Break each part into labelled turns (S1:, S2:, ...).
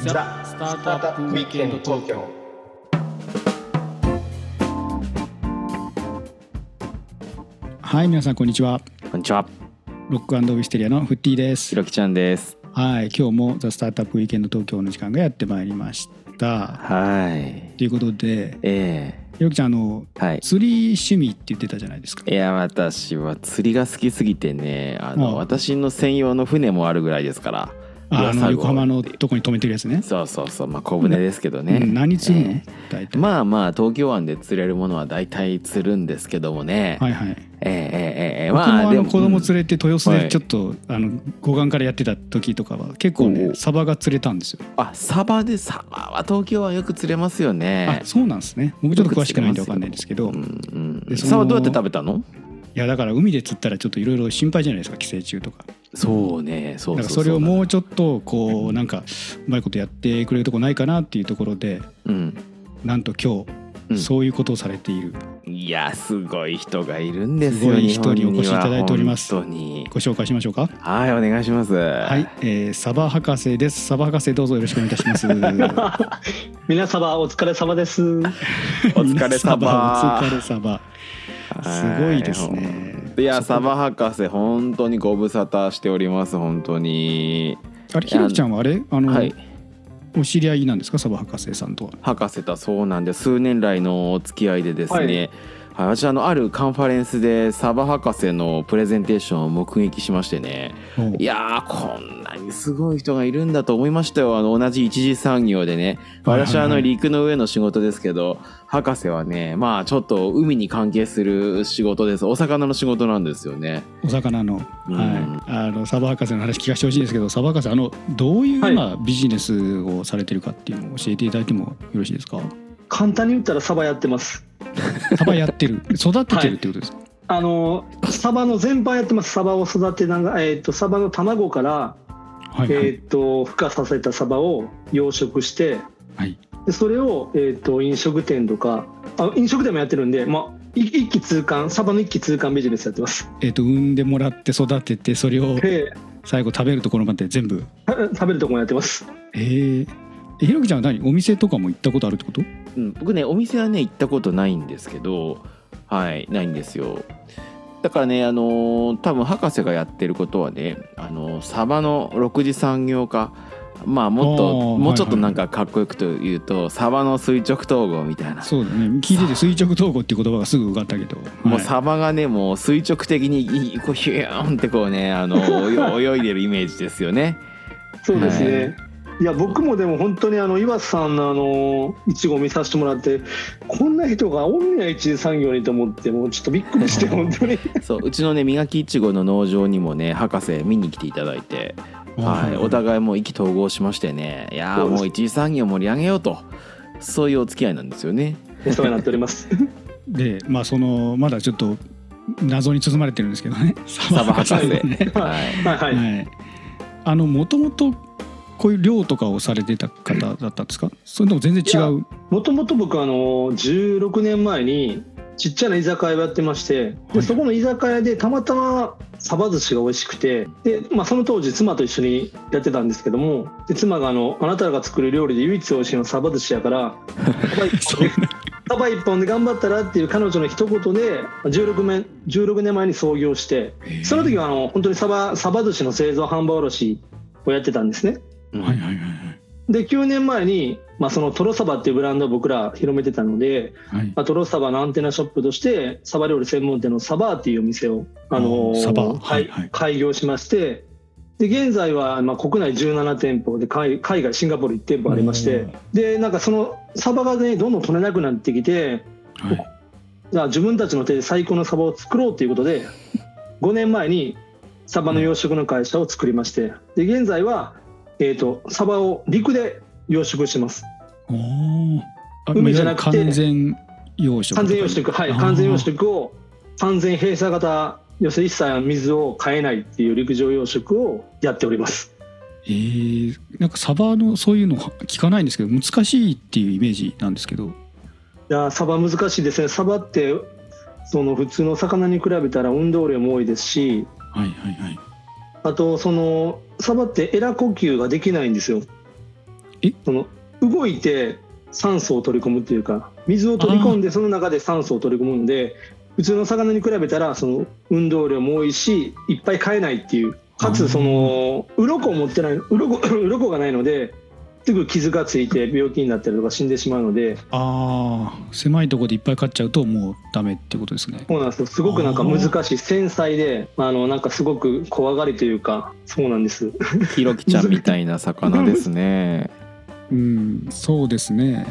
S1: ザ・スタートアップウィークエンド東京
S2: はい皆さんこんにちは
S3: こんにちは、
S2: ロックミステリアのフッティです
S3: ひろきちゃんです。
S2: はい今日もザ・スタートアップウィークエンド東京の時間がやってまいりました
S3: はい。
S2: ということで
S3: え
S2: ひろきちゃんあの
S3: えはい。
S2: 釣り趣味って言ってたじゃないですか
S3: いや、私は釣りが好きすぎてね、あの、
S2: うん
S3: 私の専用の船もあるぐらいですから。
S2: ああ
S3: いや
S2: の横浜の。
S3: 最後
S2: とこに止めてるやつね
S3: そうそうそう、まあ、小舟ですけどね。
S2: うん何釣るの
S3: え
S2: 大
S3: え
S2: 体
S3: まあまあ東京湾で釣れるものは大体釣るんですけどもね、
S2: はいはい
S3: ええええええ
S2: 僕も
S3: ま
S2: あ
S3: あで
S2: の
S3: も
S2: 子供連れて豊洲
S3: は
S2: で
S3: い
S2: ちょっとあの護岸からやってた時とかは結構
S3: お
S2: ね
S3: お
S2: サバが釣れたんですよ
S3: うんあサバでサバは東京湾よく釣れますよね
S2: あそうなんですね僕ちょっと詳しくないんでわかんないんですけど
S3: うんう
S2: で
S3: ん
S2: その
S3: サバどうやって食べたの
S2: いやだから海で釣ったらちょっといろいろ心配じゃないですか寄生虫とか
S3: そうねそ
S2: だ
S3: う
S2: か
S3: そ
S2: らそう
S3: うそ
S2: れをもうちょっとこうなんかうまいことやってくれるとこないかなっていうところで
S3: うん
S2: なんと今
S3: う
S2: 日
S3: ん
S2: そういうことをされている
S3: いやすごい人がいるんですよ
S2: すごい人に
S3: 日本
S2: お
S3: は
S2: 越しいただいております
S3: 本当に
S2: ご紹介しましょうか
S3: はいお願いしますは
S2: はい、えー、サバ博士ですサバ博士どうぞよろしくお願いいたします
S1: 皆様お疲れ様です
S3: お疲れ
S2: サバ
S3: 様
S2: お疲れサバすごいですね
S3: いやサバ博士本当にご無沙汰しております本当に
S2: あれひろきちゃんはあれあの、
S3: はい
S2: お知り合いなんですかサバ博士さんとは
S3: 博士とそうなんで数年来のお付き合いでですね、はい私あのあるカンファレンスでサバ博士のプレゼンテーションを目撃しましてね
S2: おう
S3: いやーこんなにすごい人がいるんだと思いましたよあの同じ一次産業でね
S2: はいはいはい
S3: 私はあの陸の上の仕事ですけど博士はねまあちょっと海に関係する仕事ですお魚の仕事なんですよね
S2: お魚の,、
S3: うん
S2: はい、あのサバ博士の話聞かせてほしいんですけどサバ博士あのどういう
S1: はい
S2: 今ビジネスをされてるかっていうのを教えていただいてもよろしいですか、
S1: 簡単に言ったらサバやってます
S2: サバやってる育ててるってことですか、
S1: あのサバの全般やってますサバを育てながら、えー、とサバの卵から、
S2: はいはい、
S1: えー、と孵化させたサバを養殖して
S2: はい
S1: でそれを、えー、と飲食店とかあ飲食店もやってるんで、まあ、い一気通貫サバの一気通貫ビジネスやってます
S2: えっ、と産んでもらって育ててそれを
S1: で
S2: 最後食べるところまで全部
S1: た食べるとこもやってます
S2: えー、えひろきちゃんは何お店とかも行ったことあるってこと
S3: うん、僕ねお店はね行ったことないんですけどはいないんですよだからねあのー多分博士がやってることはねあのーサバの6次産業化まあもっ
S2: お
S3: と
S2: ー
S3: もうちょっ
S2: はいは
S3: と
S2: い
S3: なんかかっこよくと言うと、サバの垂直統合みたいな
S2: そうだね聞いてて垂直統合っていう言葉がすぐ浮かんだけど、は
S3: もう
S2: い
S3: サバがねもう垂直的にいこうヒューンってこうねあのー泳い泳いでるイメージですよね
S1: そうですね、い、や僕もでも本当にあの岩瀬さんのあのいちご見させてもらってこんな人がおんねや一次産業にと思ってもうちょっとびっくりして本当に
S3: そううちのね磨きいちごの農場にもね博士見に来ていただいてはい、お互いもう意気投合しましてねいや
S1: そ
S3: ー
S1: うです
S3: もう一次産業盛り上げようとそういうお付き合いなんですよね
S1: お世話になっております
S2: でまあそのまだちょっと謎に包まれてるんですけどね
S3: サバ博士
S2: のね
S3: はい
S1: はいはい、
S2: はい、あのもともとこういう漁とかをされてた方だったんですかそれとも全然違う
S1: もともと僕あの16年前にちっちゃな居酒屋をやってまして
S2: はい
S1: でそこの居酒屋でたまたまサバ寿司が美味しくてで、まあ、その当時妻と一緒にやってたんですけどもで妻があの「あなたが作る料理で唯一美味しいのはサバ寿司やから」 サバ一
S2: そ
S1: 本
S2: んな
S1: でサバ一本で頑張ったらっていう彼女の一言で16年 ,16 年前に創業してその時はあの本当にサバサバ寿司の製造販売卸をやってたんですね。
S3: うん
S2: はいはいはいはい
S1: で9年前に、まあ、そのトロサバっていうブランドを僕ら広めてたので、
S2: はい
S1: まあ、トロサバのアンテナショップとしてサバ料理専門店のサバーっていうお店を、あの
S2: サバ
S1: はい
S2: はいはい
S1: 開業しましてで現在は、まあ、国内17店舗で海海外シンガポール1店舗ありましてでなんかそのサバがねどんどん取れなくなってきて
S2: はい
S1: じゃあ自分たちの手で最高のサバを作ろうということで5年前にサバの養殖の会社を作りましてで現在は、えー、とサバを陸で養殖してます
S2: おーあ
S1: 海じゃなくて
S2: いわゆる完全養殖
S1: 完全養殖はい
S2: あー
S1: 完全養殖を完全閉鎖型要するに一切水を変えないっていう陸上養殖をやっております
S2: えー、なんかサバのそういうの聞かないんですけど難しいっていうイメージなんですけど
S1: いやーサバ難しいですねサバってその普通の魚に比べたら運動量も多いですし
S2: はいはいはい
S1: あとそのサバってエラ呼吸ができないんですよ
S2: え
S1: その動いて酸素を取り込むっていうか水を取り込んでその中で酸素を取り込むんで普通の魚に比べたらその運動量も多いしいっぱい飼えないっていうか
S2: あー
S1: つその鱗を持ってない鱗 鱗がないのですぐ傷がついて病気になったりとか死んでしまうので
S2: ああ狭いところでいっぱい飼っちゃうともうダメってことですね
S1: そうなんですよすごくなんか難しい繊細であのなんかすごく怖がりというかそうなんです
S3: ひろきちゃんみたいな魚ですね。
S2: うんそうですね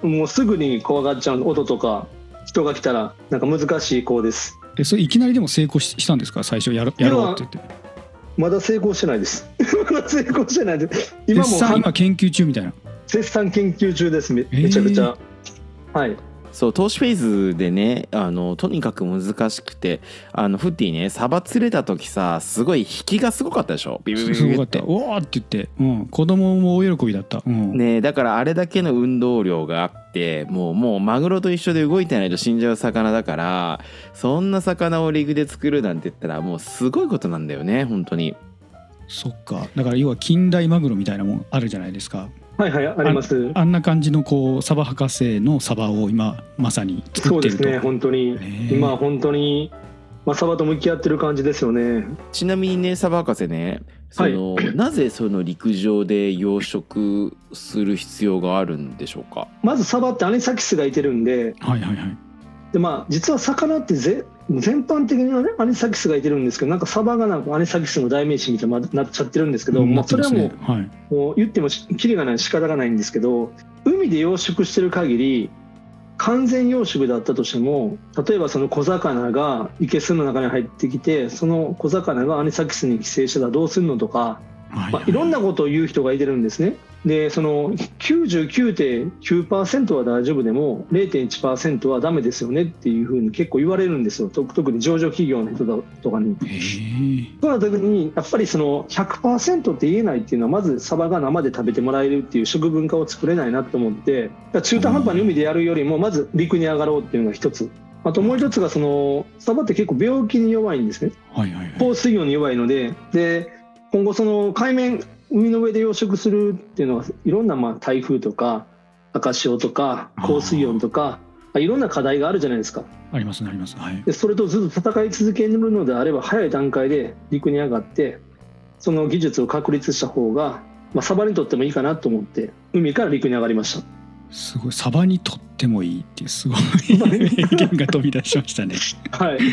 S1: もうすぐに怖がっちゃう音とか人が来たらなんか難しい子です
S2: えそれいきなりでも成功ししたんですか最初やろやろうって言って
S1: まだ成功してないです まだ成功してないです今も
S2: 絶賛今研究中みたいな
S1: 絶賛研究中ですめ
S2: ー
S1: めちゃくちゃ、はい
S3: そう投資フェーズでねあのとにかく難しくてあのフッティねサバ釣れた時さすごい引きがすごかったでしょビビビ
S2: す
S3: ビ
S2: ごか
S3: ビっ
S2: った「
S3: て
S2: おお!」って言って、うん、子供も大喜びだった、うん
S3: ねだからあれだけの運動量があってもうもうマグロと一緒で動いてないと死んじゃう魚だからそんな魚をリグで作るなんて言ったらもうすごいことなんだよね本当に
S2: そっかだから要は近代マグロみたいなもんあるじゃないですか
S1: はいはいあります
S2: あんな感じのこうサバ博士のサバを今まさに
S1: そ
S2: 作っ
S1: う
S2: て
S1: で
S2: る
S1: す
S2: と
S1: ね本当に
S2: ねえ
S1: 今本当にまあサバと向き合ってる感じですよね
S3: ちなみにねサバ博士ねその、 なぜその陸上で養殖する必要があるんでしょうか
S1: まずサバってアニサキスがいてるんで
S2: はいはいはい
S1: でまあ実は魚ってぜ全般的にはねアニサキスがいてるんですけどなんかサバがなんかアニサキスの代名詞みたいになっちゃってるんですけど、まあ、それはもう
S2: う、はい、
S1: もう言ってもしキリがない仕方がないんですけど海で養殖してる限り完全養殖だったとしても例えばその小魚が生けすの中に入ってきてその小魚がアニサキスに寄生したらどうするのとか、
S2: はい
S1: まあ、いろんなことを言う人がいてるんですね。でその99.9%は大丈夫でも0.1%はダメですよねっていうふうに結構言われるんですよと特に上場企業の人だとかに。
S2: へえ
S1: そうなった時にやっぱりその100%って言えないっていうのはまずサバが生で食べてもらえるっていう食文化を作れないなと思ってだから中途半端に海でやるよりもまず陸に上がろうっていうのが一つあともう一つがそのサバって結構病気に弱いんですね
S2: はいはいはい
S1: 高水温に弱いのでで今後その海面海の上で養殖するっていうのはいろんなまあ台風とか赤潮とか高水温とかいろんな課題があるじゃないですか
S2: ありますねありますはい
S1: でそれとずっと戦い続けるのであれば早い段階で陸に上がってその技術を確立した方が、まあ、サバにとってもいいかなと思って海から陸に上がりました
S2: すごいサバにとってもいいっていう すごい名言が飛び出しましたね
S1: はい
S2: へ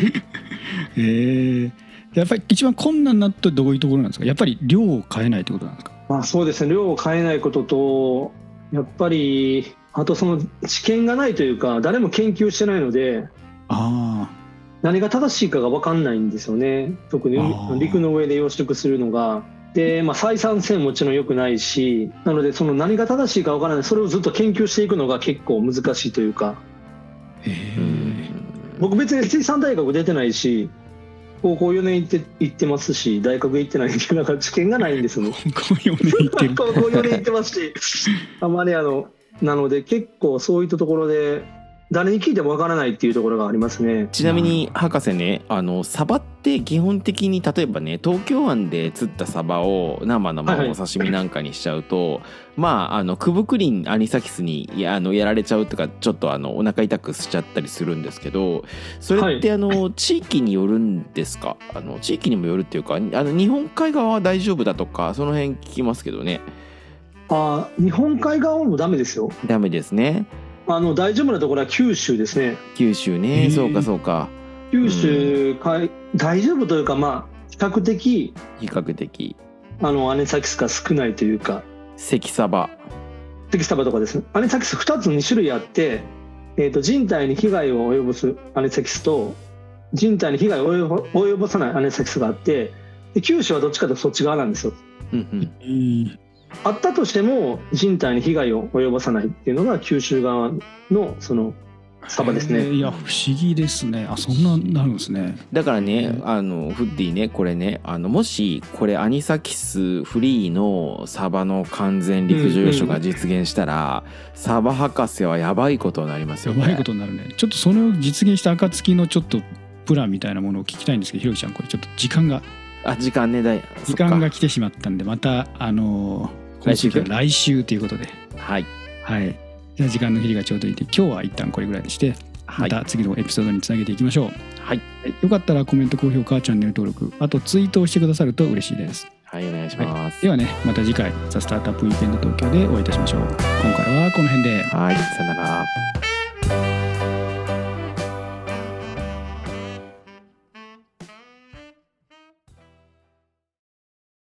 S2: えやっぱり一番困難なってどういうところなんですかやっぱり量を変えないってことなんですか
S1: まあそうですね量を変えないこととやっぱりあとその知見がないというか誰も研究してないので
S2: あ
S1: 何が正しいかが分かんないんですよね特に
S2: あー
S1: 海陸の上で養殖するのがで、まあ、採算性ももちろん良くないしなのでその何が正しいか分からないそれをずっと研究していくのが結構難しいというか
S2: あへえ
S1: 僕別に水産大学出てないし高校4年行って行ってますし大学行ってないんでなんか知見がないんですもん
S2: こういうお言ってる
S1: 高校4年行ってますし あまりあのなので結構そういったところで誰に聞いてもわからないっていうところがありますね
S3: ちなみに博士ねあのサバって基本的に例えばね東京湾で釣ったサバを生のま
S1: はい
S3: ま
S1: はい
S3: お刺身なんかにしちゃうと、まああのクブクリンアニサキスにいやあのやられちゃうとかちょっとあのお腹痛くしちゃったりするんですけどそれってあの、地域によるんですかあの地域にもよるっていうかあの日本海側は大丈夫だとかその辺聞きますけどね
S1: あー日本海側もダメですよ
S3: ダメですね
S1: あの大丈夫なところは九州ですね
S3: 九州ね、
S2: へー
S3: そうかそうか
S1: 九州かい大丈夫というかまあ比較的
S3: 比較的
S1: あのアネサキスが少ないというか
S3: 関サバ
S1: テキスタバとかですねアニサキス2つ2種類あって、えー、と人体に被害を及ぼすアニサキスと人体に被害を及ぼ及ぼさないアニサキスがあってで九州はどっちかというとそっち側なんですよ
S3: うんうん
S1: あったとしても人体に被害を及ぼさないっていうのが九州側のそのサバですね
S2: へえいや不思議ですねあそんななるんですね
S3: だからね
S2: う、ん
S3: あの、フッディね、これね、あの、もし、これ、アニサキスフリーのサバの完全陸上養殖が実現したら、サバ博士はやばいことになります
S2: や
S3: よね。
S2: ばいことになるねちょっとそれを実現した暁のちょっとプランみたいなものを聞きたいんですけどひろきちゃんこれちょっと時間が
S3: あ、時間ね、だい、
S2: 時間
S3: そっ
S2: が
S3: か
S2: 来てしまったんでまたあのー今週
S3: 来週
S2: は来週ということで、
S3: はい
S2: はい。じゃあ時間の切りがちょうどいいで、今日は一旦これぐらいにして、
S3: は
S2: ま
S3: い
S2: た次のエピソードにつなげていきましょう。
S3: はい
S2: はいよかったらコメント、高評価、チャンネル登録、あとツイートをしてくださると嬉しいです。
S3: はいお願いします
S2: ではね、また次回、ザ・スタートアップ・ウィークエンド東京でお会いいたしましょう。今回はこの辺で。
S3: はいさよなら